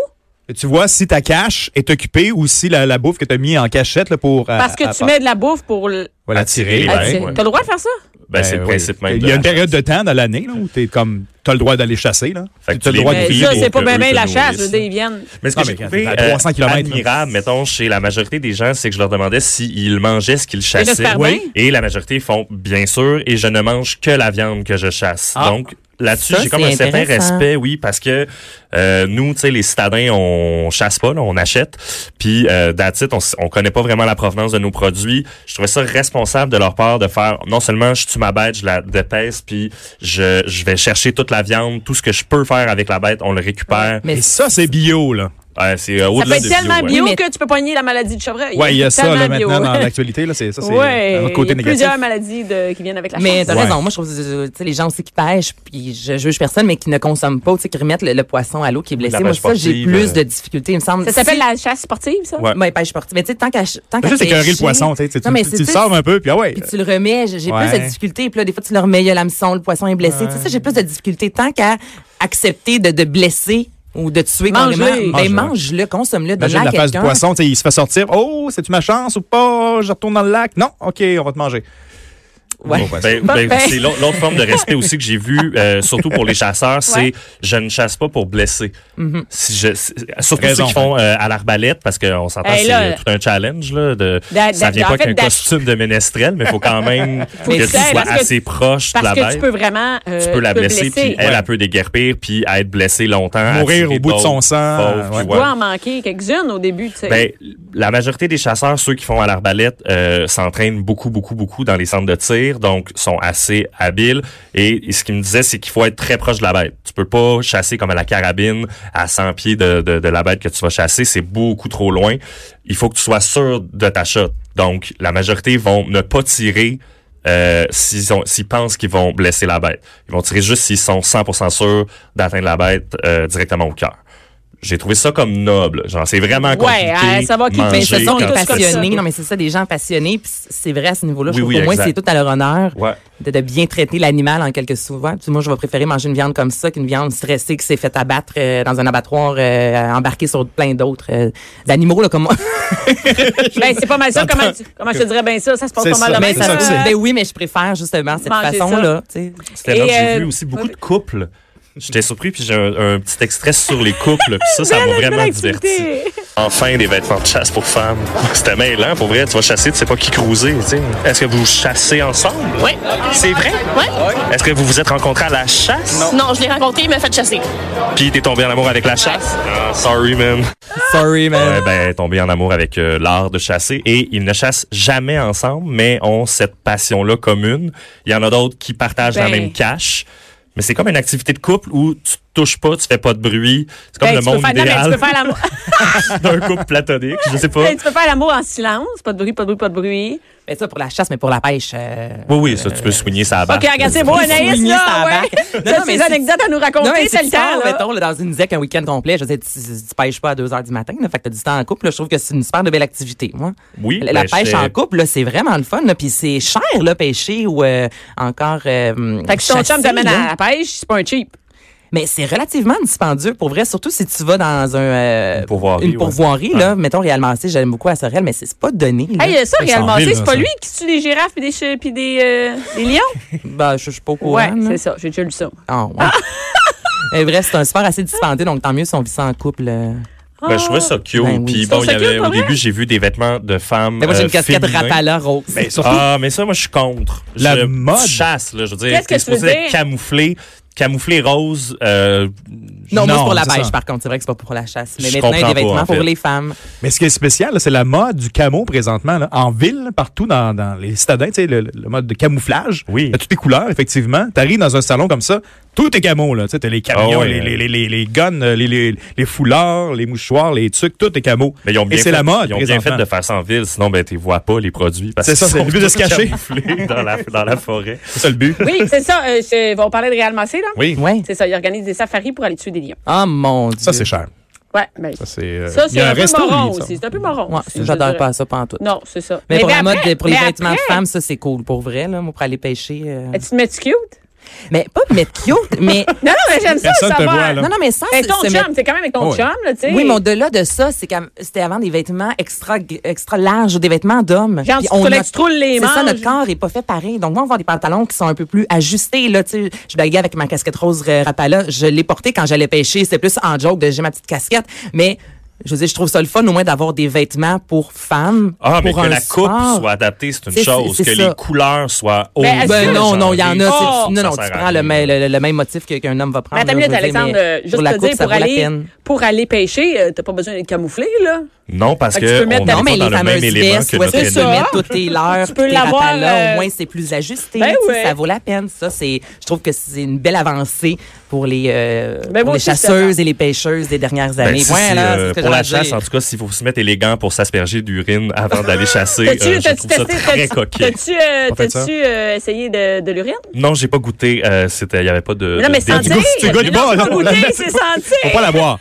Speaker 4: Tu vois si ta cache est occupée ou si la, la bouffe que t'as mis en cachette là, pour. euh,
Speaker 1: parce que
Speaker 4: à-
Speaker 1: tu mets Ah, de la bouffe pour... l-
Speaker 4: Voilà,
Speaker 2: Attirer,
Speaker 4: tirer.
Speaker 2: ben,
Speaker 1: attirer.
Speaker 2: ouais.
Speaker 1: T'as le droit de faire ça?
Speaker 2: Ben, c'est le
Speaker 4: oui.
Speaker 2: principe même.
Speaker 4: Il y
Speaker 2: de
Speaker 4: a
Speaker 2: la
Speaker 4: une période de temps dans l'année là, où t'es comme t'as le droit d'aller chasser là.
Speaker 2: Fait que
Speaker 4: T'as
Speaker 2: tu
Speaker 4: le
Speaker 2: les
Speaker 4: droit
Speaker 2: mets-
Speaker 1: Mais
Speaker 4: de
Speaker 2: crier
Speaker 1: ça,
Speaker 2: pour
Speaker 1: c'est pas
Speaker 2: que
Speaker 1: bien
Speaker 2: eux
Speaker 1: bien
Speaker 2: te
Speaker 1: la chasse.
Speaker 2: nourrissent.
Speaker 1: Je veux dire, ils viennent.
Speaker 2: Mais ce que
Speaker 4: Ah,
Speaker 2: j'ai
Speaker 4: mais
Speaker 2: trouvé
Speaker 4: à
Speaker 2: euh,
Speaker 4: 300 kilomètres, là.
Speaker 2: admirable, mettons, chez la majorité des gens, c'est que je leur demandais s'ils mangeaient ce qu'ils chassaient.
Speaker 1: j'espère bien.
Speaker 2: Et la majorité font, bien sûr, et je ne mange que la viande que je chasse.
Speaker 4: Ah.
Speaker 2: Donc, là-dessus,
Speaker 3: Ça,
Speaker 2: j'ai comme un
Speaker 3: c'est
Speaker 2: certain
Speaker 3: intéressant.
Speaker 2: respect, oui, parce que euh, nous, tu sais, les citadins, on chasse pas, là, on achète. Puis, euh, that's it, on, s- on connaît pas vraiment la provenance de nos produits. Je trouvais ça responsable de leur part de faire, non seulement je tue ma bête, je la dépaisse, puis je, je vais chercher toute la viande, tout ce que je peux faire avec la bête, on le récupère.
Speaker 3: Mais
Speaker 4: Et ça, c'est bio, là.
Speaker 2: Ouais, c'est euh,
Speaker 1: Ça peut
Speaker 2: au-delà
Speaker 1: être
Speaker 2: de
Speaker 1: tellement
Speaker 2: bio, ouais.
Speaker 1: bio
Speaker 3: Oui, mais-
Speaker 1: que tu peux poigner la maladie de chevreuil.
Speaker 4: Ouais, il y a ça là,
Speaker 1: Tellement bio.
Speaker 4: maintenant dans l'actualité. là, c'est- Ça, c'est
Speaker 1: Ouais,
Speaker 4: un autre
Speaker 1: il
Speaker 4: côté
Speaker 1: y a
Speaker 4: négatif.
Speaker 1: plusieurs maladies de- qui viennent avec la
Speaker 3: Mais
Speaker 1: chasse.
Speaker 3: t'as
Speaker 4: Ouais.
Speaker 3: raison. Moi, je trouve, euh, tu sais, les gens aussi qui pêchent, puis je juge personne, mais qui ne consomment pas, tu sais, qui remettent le, le poisson à l'eau qui est blessé.
Speaker 2: la
Speaker 3: Moi,
Speaker 2: pêche
Speaker 3: ça, j'ai
Speaker 2: sportive,
Speaker 3: plus
Speaker 2: euh,
Speaker 3: de difficultés, il me semble.
Speaker 1: Ça s'appelle
Speaker 3: Si-
Speaker 1: la chasse sportive, ça?
Speaker 2: Ouais.
Speaker 3: Ouais, pêche sportive. Mais tu sais, tant qu'à tant
Speaker 4: T'as Ben,
Speaker 3: qu'à
Speaker 4: juste écœuré le
Speaker 3: pêcher-
Speaker 4: poisson, tu sais.
Speaker 3: Non, mais
Speaker 4: Tu
Speaker 3: c'est-
Speaker 4: tu le sors un peu, puis ah ouais.
Speaker 3: puis tu le remets, j'ai j'ai
Speaker 4: Ouais.
Speaker 3: plus de difficultés. Puis là, des fois, tu le remets, il y a l'hameçon, le poisson est blessé. Tu sais, ça, j'ai plus de difficultés tant qu'à accepter de, de blesser ou de tuer
Speaker 1: Mangez.
Speaker 3: carrément. Ben,
Speaker 4: Mange-le.
Speaker 3: mange-le, consomme-le, donne-le
Speaker 4: Imagine la
Speaker 3: à
Speaker 4: face du
Speaker 3: quelqu'un.
Speaker 4: poisson, tu sais, il se fait sortir. Oh, c'est-tu ma chance ou pas? Je retourne dans le lac. Non, OK, on va te manger.
Speaker 3: Ouais.
Speaker 2: Ben,
Speaker 1: Pas
Speaker 2: ben,
Speaker 1: fin.
Speaker 2: c'est l'autre l'autre forme de respect aussi que j'ai vu, euh, surtout pour les chasseurs, c'est
Speaker 1: Ouais. Mm-hmm.
Speaker 2: je ne chasse pas pour blesser. si je, si- surtout
Speaker 4: Raison.
Speaker 2: ceux qui font euh, à l'arbalète, parce qu'on s'entend,
Speaker 1: Hey,
Speaker 2: c'est
Speaker 1: là,
Speaker 2: euh, tout un challenge. Là, de,
Speaker 1: d'a-
Speaker 2: ça vient
Speaker 1: en
Speaker 2: pas
Speaker 1: fait,
Speaker 2: qu'un
Speaker 1: d'a-
Speaker 2: costume de ménestrel, mais il faut quand même
Speaker 1: que
Speaker 2: que
Speaker 1: tu
Speaker 2: tu
Speaker 1: sais,
Speaker 2: sois
Speaker 1: parce que-
Speaker 2: assez proche de
Speaker 1: Parce
Speaker 2: la
Speaker 1: que tu
Speaker 2: bête.
Speaker 1: peux vraiment. euh,
Speaker 2: tu peux la blesser, puis elle,
Speaker 1: Ouais.
Speaker 2: elle peut déguerpir, puis être blessée longtemps.
Speaker 4: Mourir
Speaker 2: attirer
Speaker 4: au bout de son
Speaker 2: d'autres
Speaker 4: sang, ouais.
Speaker 2: fauves, tu
Speaker 1: Tu
Speaker 2: vois.
Speaker 1: dois en manquer quelques-unes au début, tu sais.
Speaker 2: Ben, la majorité des chasseurs, ceux qui font à l'arbalète, euh, s'entraînent beaucoup, beaucoup, beaucoup dans les centres de tir, donc sont assez habiles. Et, et ce qu'il me disait, c'est qu'il faut être très proche de la bête. Tu peux pas chasser comme à la carabine à 100 pieds de, de, de la bête que tu vas chasser, c'est beaucoup trop loin. Il faut que tu sois sûr de ta shot. Donc, la majorité vont ne pas tirer euh, s'ils ont- s'ils pensent qu'ils vont blesser la bête. Ils vont tirer juste s'ils sont 100% sûrs d'atteindre la bête euh, directement au cœur. J'ai trouvé ça comme noble. Genre, c'est vraiment compliqué.
Speaker 1: Ouais, euh, savoir qui-
Speaker 2: manger
Speaker 3: Mais ce sont
Speaker 2: quand
Speaker 3: des
Speaker 2: tu fais ça.
Speaker 3: passionnés. Non, mais c'est ça, des gens passionnés. Puis c'est vrai à ce niveau-là.
Speaker 2: Oui,
Speaker 3: je trouve
Speaker 2: oui,
Speaker 3: pour moi,
Speaker 2: exact.
Speaker 3: c'est tout à leur honneur
Speaker 2: Ouais.
Speaker 3: de, de bien traiter l'animal en quelque souvent. Puis moi, je vais préférer manger une viande comme ça qu'une viande stressée qui s'est faite abattre euh, dans un abattoir euh, embarqué sur plein d'autres euh, d'animaux là, comme moi.
Speaker 1: Ben, c'est pas mal ça. Comment, tu- comment je te dirais bien ça? Ça se passe
Speaker 4: C'est
Speaker 1: pas mal
Speaker 4: ça,
Speaker 1: de
Speaker 4: mais
Speaker 1: même.
Speaker 4: c'est ça que c'est.
Speaker 3: ben oui, mais je préfère justement cette
Speaker 1: Manger ça.
Speaker 3: façon-là. tu sais.
Speaker 2: C'était
Speaker 1: Et,
Speaker 2: là que j'ai
Speaker 1: euh,
Speaker 2: vu aussi beaucoup de couples. J'étais surpris, puis j'ai un, un petit extrait sur les couples, puis ça, ça m'a vraiment diverti. Enfin, des vêtements de chasse pour femmes. C'était mêlant, pour vrai. Tu vas chasser, tu sais pas qui cruiser, tu sais. Est-ce que vous chassez ensemble?
Speaker 6: Oui.
Speaker 2: C'est vrai?
Speaker 6: Oui.
Speaker 2: Est-ce que vous vous êtes rencontrés à la chasse?
Speaker 6: Non, je l'ai rencontré, il m'a fait chasser.
Speaker 2: Puis t'es tombé en amour avec la chasse? Ah, sorry, man.
Speaker 3: Sorry, man.
Speaker 2: Ouais, ben, tombé en amour avec euh, l'art de chasser. Et ils ne chassent jamais ensemble, mais ont cette passion-là commune. Il y en a d'autres qui partagent la
Speaker 1: Ben.
Speaker 2: même cache. Mais c'est comme une activité de couple où tu te touches pas, tu fais pas de bruit. C'est comme
Speaker 1: Ben,
Speaker 2: le
Speaker 1: tu peux
Speaker 2: monde
Speaker 1: faire- non, mais tu
Speaker 2: idéal
Speaker 1: peux faire l'amour-
Speaker 2: d'un couple platonique. Je sais pas.
Speaker 1: ben, tu peux faire l'amour en silence. Pas de bruit, pas de bruit, pas de bruit.
Speaker 3: Mais Ben, ça, pour la chasse, mais pour la pêche. euh,
Speaker 2: Oui, oui, ça, tu peux soigner ça
Speaker 1: OK, regarde, c'est beau, Anaïs,
Speaker 3: Souligner sa
Speaker 1: là.
Speaker 3: barque.
Speaker 1: Ouais.
Speaker 3: Non,
Speaker 1: T'as
Speaker 3: non, mais
Speaker 1: des
Speaker 3: c'est-
Speaker 1: anecdotes à nous
Speaker 3: Non, mais
Speaker 1: raconter,
Speaker 3: si
Speaker 1: c'est le
Speaker 3: tu sors,
Speaker 1: temps, là.
Speaker 3: mettons, là, dans une zec un week-end complet, je sais, tu, tu pêches pas à 2 heures du matin, là, fait que t'as du temps en couple, là, je trouve que c'est une super de belle activité, moi.
Speaker 2: Oui,
Speaker 3: La, la
Speaker 2: ben,
Speaker 3: pêche
Speaker 2: j'étais-
Speaker 3: en couple, là, c'est vraiment le fun, là, puis c'est cher, là, pêcher ou euh, encore. euh,
Speaker 1: Fait que si ton
Speaker 3: chasser,
Speaker 1: chum t'amène
Speaker 3: là.
Speaker 1: à la pêche, c'est pas un cheap.
Speaker 3: Mais c'est relativement dispendieux, pour vrai, surtout si tu vas dans un, euh,
Speaker 2: Une pourvoirie,
Speaker 3: une
Speaker 2: ouais.
Speaker 3: pourvoirie, là. Mettons, Réal Massé, j'aime beaucoup à Sorel, mais c'est c'est pas donné. là.
Speaker 1: Hey, euh, ça, Réal
Speaker 4: 500 000,
Speaker 1: Massé, c'est
Speaker 4: là,
Speaker 1: pas
Speaker 4: ça.
Speaker 1: lui qui tue des girafes pis des, che- pis des, euh, des lions?
Speaker 3: Ben, je je suis pas au courant.
Speaker 1: Ouais,
Speaker 3: là.
Speaker 1: c'est ça. J'ai déjà lu ça.
Speaker 3: Ah, ouais. Mais bref, c'est un sport assez dispendieux, donc tant mieux si on vit ça en couple. euh.
Speaker 2: Ben, je trouvais ça cute.
Speaker 3: Ben oui.
Speaker 2: Puis
Speaker 3: Je
Speaker 2: bon,
Speaker 1: trouve
Speaker 2: il y
Speaker 1: ça
Speaker 2: avait,
Speaker 1: cute,
Speaker 2: au
Speaker 1: pour
Speaker 2: début,
Speaker 1: vrai?
Speaker 2: j'ai vu des vêtements de femmes.
Speaker 3: Mais moi, j'ai une
Speaker 2: euh,
Speaker 3: casquette
Speaker 2: féminins.
Speaker 3: Rapala rose.
Speaker 4: Mais surtout,
Speaker 2: Ah, mais ça, moi, je suis contre.
Speaker 4: La
Speaker 2: je
Speaker 4: mode.
Speaker 2: chasse, là. Je veux dire,
Speaker 1: Qu'est-ce que
Speaker 2: t'es
Speaker 1: tu veux
Speaker 2: supposé
Speaker 1: dire?
Speaker 2: être camouflé, camouflé rose. euh,
Speaker 3: non, moi, c'est pour la
Speaker 4: c'est ça.
Speaker 3: pêche, par contre. C'est vrai que c'est pas pour la chasse. Mais
Speaker 2: Je
Speaker 3: maintenant, il y a des
Speaker 2: comprends pas,
Speaker 3: vêtements
Speaker 2: en fait.
Speaker 3: pour les femmes.
Speaker 4: Mais ce qui est spécial, là, c'est la mode du camo présentement, là, en ville, partout dans, dans les citadins, tu sais, le, le mode de camouflage.
Speaker 2: Oui.
Speaker 4: T'as toutes les couleurs, effectivement. T'arrives dans un salon comme ça, tout est camo, là. Tu sais, t'as les camions,
Speaker 2: Ah ouais.
Speaker 4: les, les, les, les, les guns, les, les, les foulards, les mouchoirs, les trucs, tout est camo.
Speaker 2: mais ils ont bien
Speaker 4: Et c'est
Speaker 2: fait-
Speaker 4: la mode,
Speaker 2: Ils ont bien fait
Speaker 4: présentement.
Speaker 2: de faire ça en ville, sinon, ben, tu vois pas les produits. parce
Speaker 4: C'est ça,
Speaker 2: qu'ils
Speaker 4: c'est le
Speaker 2: sont
Speaker 4: but de se
Speaker 2: tous
Speaker 4: cacher.
Speaker 2: camouflés dans la, dans la forêt.
Speaker 4: C'est ça le but.
Speaker 1: Oui, c'est ça. euh, je- on parlait de Real Massé, là?
Speaker 4: Oui.
Speaker 3: Ouais.
Speaker 1: C'est ça. Ils organisent des safaris pour aller tuer des lions.
Speaker 3: Oh mon Dieu.
Speaker 4: Ça, c'est cher.
Speaker 1: Ouais, ben,
Speaker 4: Ça, c'est. euh,
Speaker 1: ça,
Speaker 4: il y
Speaker 1: c'est
Speaker 4: a
Speaker 1: un, peu
Speaker 4: resto,
Speaker 1: moron
Speaker 4: lui, ça.
Speaker 1: aussi. C'est un peu moron.
Speaker 3: Ouais,
Speaker 1: aussi, je
Speaker 3: j'adore
Speaker 1: dirais.
Speaker 3: pas ça, pas en tout.
Speaker 1: Non, c'est ça.
Speaker 3: Mais, pour la
Speaker 1: après-
Speaker 3: mode, de- pour les
Speaker 1: mais
Speaker 3: vêtements
Speaker 1: après,
Speaker 3: de femmes, ça, c'est cool. Pour vrai, là, moi, pour aller pêcher. euh,
Speaker 1: Tu te mets cute?
Speaker 3: Mais pas me mettre cute, mais.
Speaker 1: Non, non, mais j'aime ça.
Speaker 4: Personne te
Speaker 1: savoir.
Speaker 4: voit, là.
Speaker 3: Non, non, mais sans
Speaker 1: Ben,
Speaker 3: se-
Speaker 1: ton
Speaker 3: se mettre-
Speaker 1: chum, c'est quand même avec ton
Speaker 4: Ouais.
Speaker 1: chum, là, tu sais.
Speaker 3: Oui, mais au-delà de ça, c'est qu'à- c'était avant des vêtements extra, extra larges, des vêtements d'hommes.
Speaker 1: Genre, tu
Speaker 3: Puis
Speaker 1: troulais- tu troules les
Speaker 3: C'est ça,
Speaker 1: manches.
Speaker 3: notre corps est pas fait pareil. Donc, moi, on va avoir des pantalons qui sont un peu plus ajustés, là, tu sais. Je blaguais avec ma casquette rose euh, Rapala. Je l'ai portée quand j'allais pêcher. C'était plus en joke de j'ai ma petite casquette. Mais, je veux dire, je trouve ça le fun, au moins, d'avoir des vêtements pour femmes.
Speaker 2: Ah, mais
Speaker 3: pour
Speaker 2: que
Speaker 3: un
Speaker 2: la coupe
Speaker 3: sport.
Speaker 2: soit adaptée, c'est une
Speaker 3: C'est-
Speaker 2: chose.
Speaker 3: c'est
Speaker 2: Que
Speaker 3: ça.
Speaker 2: les couleurs soient hautes.
Speaker 1: Ben, est-ce que-
Speaker 3: Ben non, non, il y en a. c'est-
Speaker 1: Oh!
Speaker 3: non, non,
Speaker 2: Ça
Speaker 3: tu
Speaker 2: sert à
Speaker 3: prends le,
Speaker 2: rien.
Speaker 3: même- le- le même motif que- qu'un homme va prendre.
Speaker 1: Mais attends
Speaker 3: là,
Speaker 1: une
Speaker 3: je
Speaker 1: minute,
Speaker 3: veux dire,
Speaker 1: Alexandre,
Speaker 3: mais
Speaker 1: euh, juste
Speaker 3: pour la
Speaker 1: te
Speaker 3: coupe,
Speaker 1: dire,
Speaker 3: ça
Speaker 1: pour
Speaker 3: vaut la
Speaker 1: aller,
Speaker 3: peine.
Speaker 1: pour aller pêcher, euh, t'as pas besoin d'être camouflé, là.
Speaker 2: Non, parce
Speaker 1: Fait
Speaker 2: que,
Speaker 1: que tu peux
Speaker 2: on
Speaker 1: mettre-
Speaker 2: est
Speaker 3: Non, mais
Speaker 2: pas
Speaker 3: les
Speaker 2: dans le
Speaker 3: fameuses
Speaker 2: même élément
Speaker 3: vestes,
Speaker 2: que
Speaker 3: où est-ce
Speaker 2: notre
Speaker 3: que tu peux
Speaker 1: élément.
Speaker 3: mettre toutes tes leurs,
Speaker 1: Tu
Speaker 3: tu
Speaker 1: peux
Speaker 3: peux
Speaker 1: l'avoir, euh,
Speaker 3: au moins c'est plus ajusté,
Speaker 1: Ben
Speaker 3: tu sais,
Speaker 1: ouais.
Speaker 3: ça vaut la peine. Ça, c'est, je trouve que c'est une belle avancée pour les, euh,
Speaker 1: Ben
Speaker 3: pour
Speaker 1: moi
Speaker 3: les
Speaker 1: aussi, je suis
Speaker 3: chasseuses
Speaker 1: d'accord.
Speaker 3: et les pêcheuses des dernières
Speaker 2: Ben,
Speaker 3: années.
Speaker 2: si, si,
Speaker 3: Voilà,
Speaker 2: euh,
Speaker 3: c'est ce que
Speaker 2: pour
Speaker 3: j'aurais à
Speaker 2: la chasse,
Speaker 3: dire.
Speaker 2: en tout cas, s'il faut se mettre élégant pour s'asperger d'urine avant d'aller chasser,
Speaker 1: T'as-tu
Speaker 2: euh, je
Speaker 1: t'as-tu
Speaker 2: trouve ça
Speaker 1: testé-
Speaker 2: très
Speaker 1: t'as-tu-
Speaker 2: coquet.
Speaker 1: t'as-tu, euh,
Speaker 4: On fait ça.
Speaker 1: t'as-tu, euh, essayé de, de l'urine?
Speaker 2: Non, j'ai pas goûté. euh, C'était, il y avait pas de.
Speaker 1: Mais non,
Speaker 2: de-
Speaker 1: mais
Speaker 2: de-
Speaker 1: sentir.
Speaker 4: goûtes- tu goûtes
Speaker 1: Mais
Speaker 4: pas,
Speaker 1: non,
Speaker 4: non,
Speaker 1: goûter,
Speaker 4: là,
Speaker 1: c'est
Speaker 4: c'est pas- Faut
Speaker 1: sentir.
Speaker 4: pas la boire.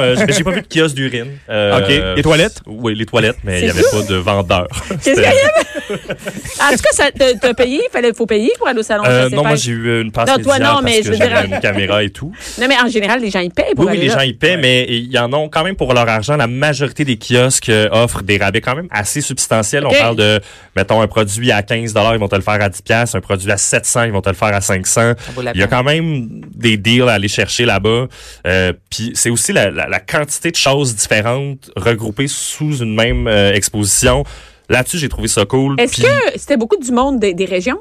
Speaker 2: euh, j'ai- j'ai pas vu de kiosque d'urine. Euh,
Speaker 4: OK. Les toilettes?
Speaker 2: Oui, les toilettes, mais il
Speaker 1: C'est
Speaker 2: y avait
Speaker 1: tout?
Speaker 2: pas de vendeur.
Speaker 1: Qu'est-ce qu'il y avait? En tout cas, ça- t'as t'as payé, il faut payer pour aller au salon.
Speaker 2: Euh,
Speaker 1: je sais
Speaker 2: non,
Speaker 1: pas.
Speaker 2: moi j'ai eu une passe
Speaker 1: Non, toi,
Speaker 2: médicale
Speaker 1: non,
Speaker 2: parce
Speaker 1: mais
Speaker 2: que
Speaker 1: je veux dire-
Speaker 2: j'avais une caméra et tout.
Speaker 1: Non, mais en général, les gens, ils payent pour
Speaker 2: Oui, oui,
Speaker 1: aller
Speaker 2: les
Speaker 1: là.
Speaker 2: gens y paient, mais ils y en ont quand même pour leur argent. La majorité des kiosques euh, offrent des rabais quand même assez substantiels.
Speaker 1: OK.
Speaker 2: On parle de, mettons, un produit à 15 ils vont te le faire à 10 un produit à 700, ils vont te le faire à 500.
Speaker 3: vaut la
Speaker 2: Il y a
Speaker 3: peine.
Speaker 2: quand même des deals à aller chercher là-bas. Euh, Puis c'est aussi la, la- la quantité de choses différentes regroupées sous une même euh, exposition. Là-dessus, j'ai trouvé ça cool.
Speaker 1: Est-ce
Speaker 2: Puis-
Speaker 1: que c'était beaucoup du monde des, des régions?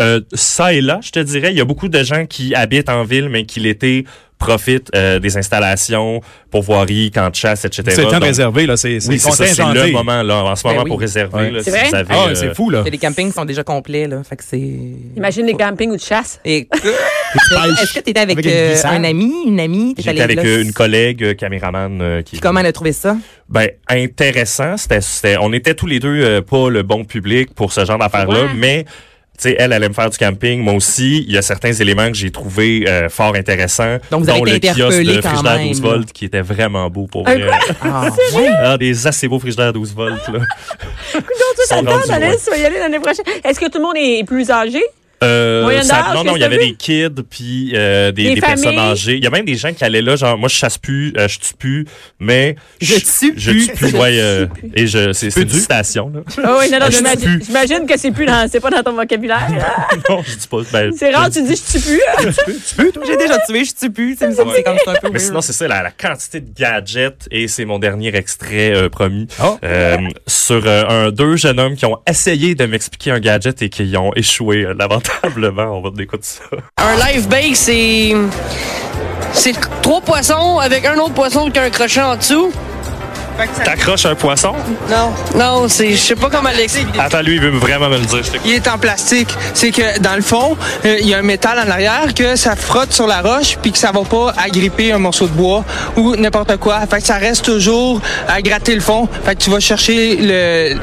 Speaker 2: euh, ça et là, je te dirais, il y a beaucoup de gens qui habitent en ville, mais qui l'été profitent euh, des installations, pourvoiries, camps de chasse, etc.
Speaker 4: C'est le temps de
Speaker 2: Donc,
Speaker 4: réserver, là. C'est
Speaker 2: Oui, c'est ça, c'est
Speaker 4: contingenté.
Speaker 2: le moment, là, en ce
Speaker 3: Ben
Speaker 2: moment,
Speaker 3: oui.
Speaker 2: pour réserver.
Speaker 4: Ouais.
Speaker 2: là,
Speaker 1: C'est
Speaker 2: si
Speaker 1: vrai?
Speaker 2: vous avez,
Speaker 4: Ah,
Speaker 2: euh,
Speaker 4: c'est fou, là.
Speaker 3: Les campings sont déjà complets, là. Fait que c'est.
Speaker 1: Imagine les campings ou de chasse.
Speaker 3: Et- Est-ce que t'étais avec,
Speaker 4: Avec une
Speaker 3: euh,
Speaker 4: glissade.
Speaker 3: un ami, une amie? T'es
Speaker 2: J'étais
Speaker 3: allé
Speaker 2: avec
Speaker 3: là?
Speaker 2: euh, une collègue euh, caméraman euh, qui.
Speaker 3: Puis comment elle a trouvé ça?
Speaker 2: Ben intéressant, c'était, c'était- on était tous les deux euh, pas le bon public pour ce genre d'affaires là,
Speaker 1: Ouais.
Speaker 2: mais tu sais, elle allait me faire du camping, moi aussi. Il y a certains éléments que j'ai trouvé euh, fort intéressants,
Speaker 3: Donc, vous avez
Speaker 2: dont le
Speaker 3: été
Speaker 2: kiosque
Speaker 3: interpellés
Speaker 2: de
Speaker 3: quand
Speaker 2: frigidaire
Speaker 3: même,
Speaker 2: 12
Speaker 3: là.
Speaker 2: volts qui était vraiment beau pour
Speaker 1: Un
Speaker 2: vrai.
Speaker 3: Ah, ouais.
Speaker 2: Ah, des assez beaux frigidaires 12 volts, là.
Speaker 1: Toi,
Speaker 2: Sont
Speaker 1: t'as le
Speaker 2: rendus
Speaker 1: temps d'aller,
Speaker 2: loin.
Speaker 1: tu vas y aller l'année prochaine. Est-ce que tout le monde est plus âgé?
Speaker 2: Euh,
Speaker 1: Moyen
Speaker 2: ça-
Speaker 1: d'âge,
Speaker 2: non, non,
Speaker 1: qu'est-ce
Speaker 2: il y avait
Speaker 1: que t'as
Speaker 2: des kids, puis euh, des,
Speaker 1: Des
Speaker 2: des personnes
Speaker 1: familles.
Speaker 2: âgées. Il y a même des gens qui allaient là, genre, moi, je chasse plus, euh, je tue plus, mais...
Speaker 3: Je tue
Speaker 2: Je
Speaker 3: plus.
Speaker 2: tue plus,
Speaker 3: Je
Speaker 2: ouais.
Speaker 3: tue
Speaker 2: euh,
Speaker 1: plus.
Speaker 2: et je, c'est, c'est une citation, là.
Speaker 1: Ah oui, non, non,
Speaker 2: Je
Speaker 1: j'imagine-
Speaker 2: tue plus.
Speaker 1: j'imagine que c'est plus dans, c'est pas dans ton vocabulaire.
Speaker 2: non, je dis pas. ben,
Speaker 1: C'est rare, tu dis je tue plus.
Speaker 3: J'ai déjà tué, je tue plus. tu sais, me semble que C'est comme c'est un peu
Speaker 2: Mais
Speaker 3: weird.
Speaker 2: sinon, c'est ça, la, la quantité de gadgets, et c'est mon dernier extrait euh, promis,
Speaker 4: Oh.
Speaker 2: euh, sur euh, un, deux jeunes hommes qui ont essayé de m'expliquer un gadget et qui ont échoué, euh, lamentablement. On va écouter ça.
Speaker 7: Un live bait, c'est. C'est trois poissons avec un autre poisson qui a un crochet en dessous.
Speaker 2: T'accroches un poisson?
Speaker 7: Non. Non, c'est. Je sais pas comment l'expliquer.
Speaker 2: Attends, lui, il veut vraiment me le dire. Je t'écoute.
Speaker 8: Il est en plastique. C'est que dans le fond, euh, il y a un métal en arrière que ça frotte sur la roche puis que ça va pas agripper un morceau de bois ou n'importe quoi. Fait que ça reste toujours à gratter le fond. Fait que tu vas chercher le,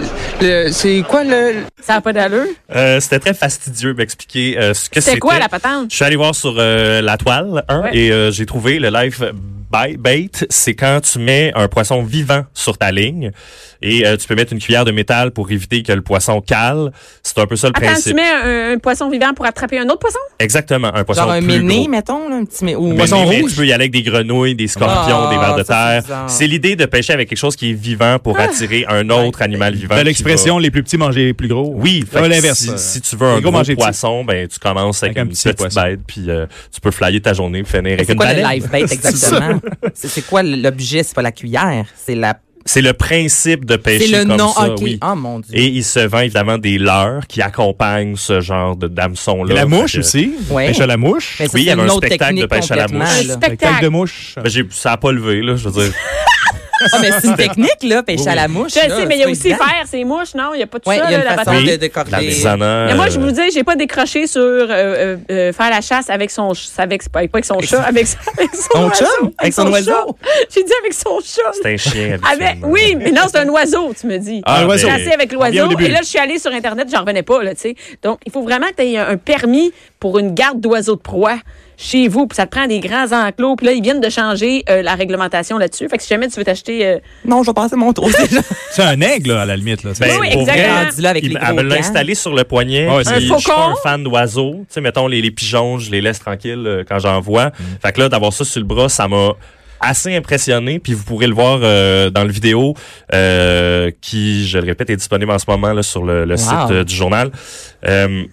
Speaker 8: le c'est quoi le
Speaker 1: Ça n'a pas d'allure.
Speaker 2: Euh, c'était très fastidieux de m'expliquer euh, ce que c'était.
Speaker 1: C'était quoi la patente?
Speaker 2: Je suis allé voir sur euh, la toile hein,
Speaker 1: Ouais.
Speaker 2: et euh, j'ai trouvé le live bi- bait. C'est quand tu mets un poisson vivant sur ta ligne et euh, tu peux mettre une cuillère de métal pour éviter que le poisson cale. C'est un peu ça le
Speaker 1: Attends, tu
Speaker 2: principe.
Speaker 1: mets un, un poisson vivant pour attraper un autre poisson?
Speaker 2: Exactement, un poisson
Speaker 3: Genre un
Speaker 2: plus
Speaker 3: méné,
Speaker 2: gros.
Speaker 3: mettons, là, un petit mé- ou
Speaker 2: Mais-
Speaker 3: poisson
Speaker 2: mais
Speaker 3: rouge.
Speaker 2: Tu peux y aller avec des grenouilles, des scorpions,
Speaker 3: Ah,
Speaker 2: des vers
Speaker 3: ça,
Speaker 2: de
Speaker 3: c'est
Speaker 2: terre.
Speaker 3: bizarre.
Speaker 2: C'est l'idée de pêcher avec quelque chose qui est vivant pour
Speaker 1: Ah.
Speaker 2: attirer un autre animal vivant.
Speaker 4: T'as
Speaker 2: qui va-
Speaker 4: l'expression les plus petits manger les plus gros.
Speaker 2: Oui, fait
Speaker 4: T'as
Speaker 2: que
Speaker 4: Euh, l'inverse.
Speaker 2: Si, si tu veux un
Speaker 4: Les
Speaker 2: gros,
Speaker 4: gros mangent les
Speaker 2: poisson, ben tu commences avec,
Speaker 4: Avec un
Speaker 2: une
Speaker 4: petit
Speaker 2: petite
Speaker 4: poisson.
Speaker 2: bête, puis euh, tu peux flyer ta journée, finir avec
Speaker 3: C'est
Speaker 2: une
Speaker 3: quoi le
Speaker 2: baleine.
Speaker 3: live bait exactement? C'est c'est quoi l'objet? C'est pas la cuillère, c'est la...
Speaker 2: C'est le principe de
Speaker 3: C'est
Speaker 2: pêcher
Speaker 3: le
Speaker 2: comme
Speaker 3: nom
Speaker 2: ça,
Speaker 3: ok.
Speaker 2: oui.
Speaker 3: Oh mon Dieu.
Speaker 2: Et il se vend évidemment des leurres qui accompagnent ce genre de
Speaker 4: Et
Speaker 2: d'hameçon-là.
Speaker 4: la
Speaker 2: Fait
Speaker 4: mouche
Speaker 2: que-
Speaker 4: aussi.
Speaker 3: Ouais.
Speaker 4: Pêche à la mouche.
Speaker 3: Mais ça,
Speaker 2: Oui, il y
Speaker 3: c'est
Speaker 2: avait
Speaker 3: une
Speaker 2: un
Speaker 3: autre
Speaker 2: spectacle de
Speaker 3: technique
Speaker 2: pêche à la
Speaker 3: complètement,
Speaker 2: mouche.
Speaker 3: là.
Speaker 4: Spectacle de mouche.
Speaker 2: Ben, j'ai- ça n'a pas levé, là, je veux dire.
Speaker 3: Ah, mais c'est une technique, là, pêche à la mouche.
Speaker 1: Je
Speaker 3: là,
Speaker 1: sais, mais il y a
Speaker 3: c'est
Speaker 1: aussi
Speaker 3: évident.
Speaker 1: faire ses mouches, non? Il n'y a pas tout
Speaker 3: Ouais,
Speaker 1: ça,
Speaker 3: il y a
Speaker 1: là,
Speaker 3: une
Speaker 1: la
Speaker 3: façon
Speaker 1: bataille.
Speaker 3: de, de corder.
Speaker 2: La artisanat,
Speaker 1: Mais moi, je
Speaker 2: euh,
Speaker 1: vous dis, j'ai pas décroché sur euh, euh, euh, faire la chasse avec son ch- avec pas avec son chat, avec, son- avec son,
Speaker 3: Son
Speaker 1: oiseau,
Speaker 3: chum? Avec son oiseau?
Speaker 1: chat. J'ai dit avec son chat.
Speaker 2: C'est un chien.
Speaker 3: Ah, ben,
Speaker 1: Avec,
Speaker 2: habituellement.
Speaker 1: oui, mais non, c'est un oiseau, tu me dis.
Speaker 2: Ah,
Speaker 4: l'oiseau.
Speaker 2: ben,
Speaker 4: Chassé
Speaker 1: Chasser avec
Speaker 4: On vient au
Speaker 1: l'oiseau.
Speaker 4: début.
Speaker 1: Et là, je suis allée sur Internet, j'en revenais pas, là, tu sais. Donc, il faut vraiment que tu aies un permis pour une garde d'oiseaux de proie chez vous. Puis ça te prend des grands enclos. Puis là, ils viennent de changer euh, la réglementation là-dessus. Fait que si jamais tu veux t'acheter... euh,
Speaker 3: Non, je vais passer mon tour déjà.
Speaker 4: C'est un aigle, là, à la limite. Là.
Speaker 2: Ben,
Speaker 1: Oui,
Speaker 2: pour vrai,
Speaker 1: exactement.
Speaker 3: Rendu là avec
Speaker 2: il-
Speaker 3: les
Speaker 2: elle me
Speaker 3: gros
Speaker 2: l'a
Speaker 3: gants.
Speaker 2: installé sur le poignet.
Speaker 4: Ouais,
Speaker 2: puis
Speaker 4: c'est-
Speaker 2: je suis pas
Speaker 1: faucon.
Speaker 2: un fan d'oiseaux. Tu sais, mettons, les, les pigeons, je les laisse tranquilles euh, quand j'en vois.
Speaker 4: Mm.
Speaker 2: Fait que là, d'avoir ça sur le bras, ça m'a assez impressionné. Puis vous pourrez le voir euh, dans le vidéo euh, qui, je le répète, est disponible en ce moment là, sur le, le
Speaker 3: Wow.
Speaker 2: site euh, du journal. Euh,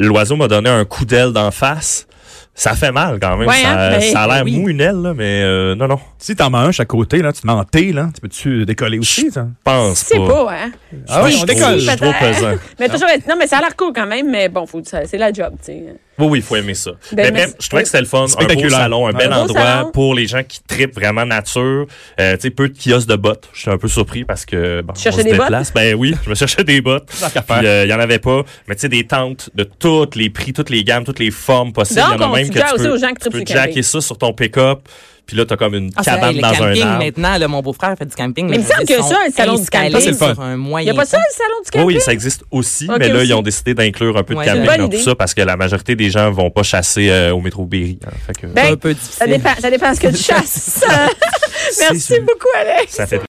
Speaker 2: L'oiseau m'a donné un coup d'aile d'en face. Ça fait mal quand même.
Speaker 1: Ouais,
Speaker 2: ça,
Speaker 1: hein, ben,
Speaker 2: ça a l'air
Speaker 1: oui.
Speaker 2: mou une aile, là, mais euh, non, non.
Speaker 4: Si t'en mets un chaque côté, là, tu te mets en T, là, tu peux-tu décoller aussi? Ça?
Speaker 2: Pense
Speaker 1: c'est
Speaker 2: pas.
Speaker 1: pas, hein?
Speaker 4: Ah oui,
Speaker 2: je
Speaker 4: on
Speaker 2: trouve-
Speaker 4: décolle.
Speaker 2: Je suis trop
Speaker 1: Peut-être.
Speaker 2: pesant.
Speaker 1: Mais toujours, être- non, mais ça a l'air cool quand même, mais bon, faut, ça- c'est la job, tu sais.
Speaker 2: Oui, oui, il faut aimer ça.
Speaker 1: Ben,
Speaker 2: mais
Speaker 1: mais-
Speaker 2: bref, je trouvais que c'était le fun. Un beau
Speaker 4: Spectaculaire.
Speaker 2: salon, un bel
Speaker 1: Un beau
Speaker 2: endroit
Speaker 1: salon.
Speaker 2: pour les gens qui tripent vraiment nature. Euh, tu sais, peu de kiosques de bottes. J'étais un peu surpris parce que bon,
Speaker 1: cherchais
Speaker 2: on se
Speaker 1: des bottes?
Speaker 2: déplace. Ben oui, je me cherchais des bottes. Puis
Speaker 4: qu'à
Speaker 2: euh, il y en avait pas. Mais tu sais, des tentes de toutes les prix, toutes les gammes, toutes les formes possibles.
Speaker 1: Donc,
Speaker 2: il y en
Speaker 1: on
Speaker 2: a même que
Speaker 1: suggère
Speaker 2: tu
Speaker 1: aussi
Speaker 2: peux,
Speaker 1: aux gens qui
Speaker 2: tu
Speaker 1: trippent
Speaker 2: peux
Speaker 1: sur le camping.
Speaker 2: jacker ça sur ton pick-up. Puis là, t'as comme une
Speaker 3: Ah, c'est vrai,
Speaker 2: cabane
Speaker 3: le
Speaker 2: dans
Speaker 3: camping,
Speaker 2: un arbre.
Speaker 3: maintenant, là, mon beau-frère fait du camping.
Speaker 1: Mais il me semble que ça, le salon du camping,
Speaker 4: c'est le fun.
Speaker 3: Il
Speaker 1: Il
Speaker 3: n'y
Speaker 1: n'y a pas ça, le salon du
Speaker 2: Oui,
Speaker 1: camping?
Speaker 2: oui, ça existe aussi,
Speaker 1: Ok,
Speaker 2: mais là,
Speaker 1: aussi.
Speaker 2: ils ont décidé d'inclure un peu de
Speaker 3: Ouais,
Speaker 2: camping
Speaker 3: bonne
Speaker 2: dans
Speaker 1: idée.
Speaker 2: tout ça parce que la majorité des gens vont pas chasser euh, au métro Berry. hein. Fait que,
Speaker 1: Ben,
Speaker 3: un peu
Speaker 1: ça
Speaker 3: difficile.
Speaker 1: dépend, ça dépend ce que tu chasses.
Speaker 2: C'est
Speaker 1: Merci
Speaker 2: sûr.
Speaker 1: beaucoup, Alex.
Speaker 2: ça fait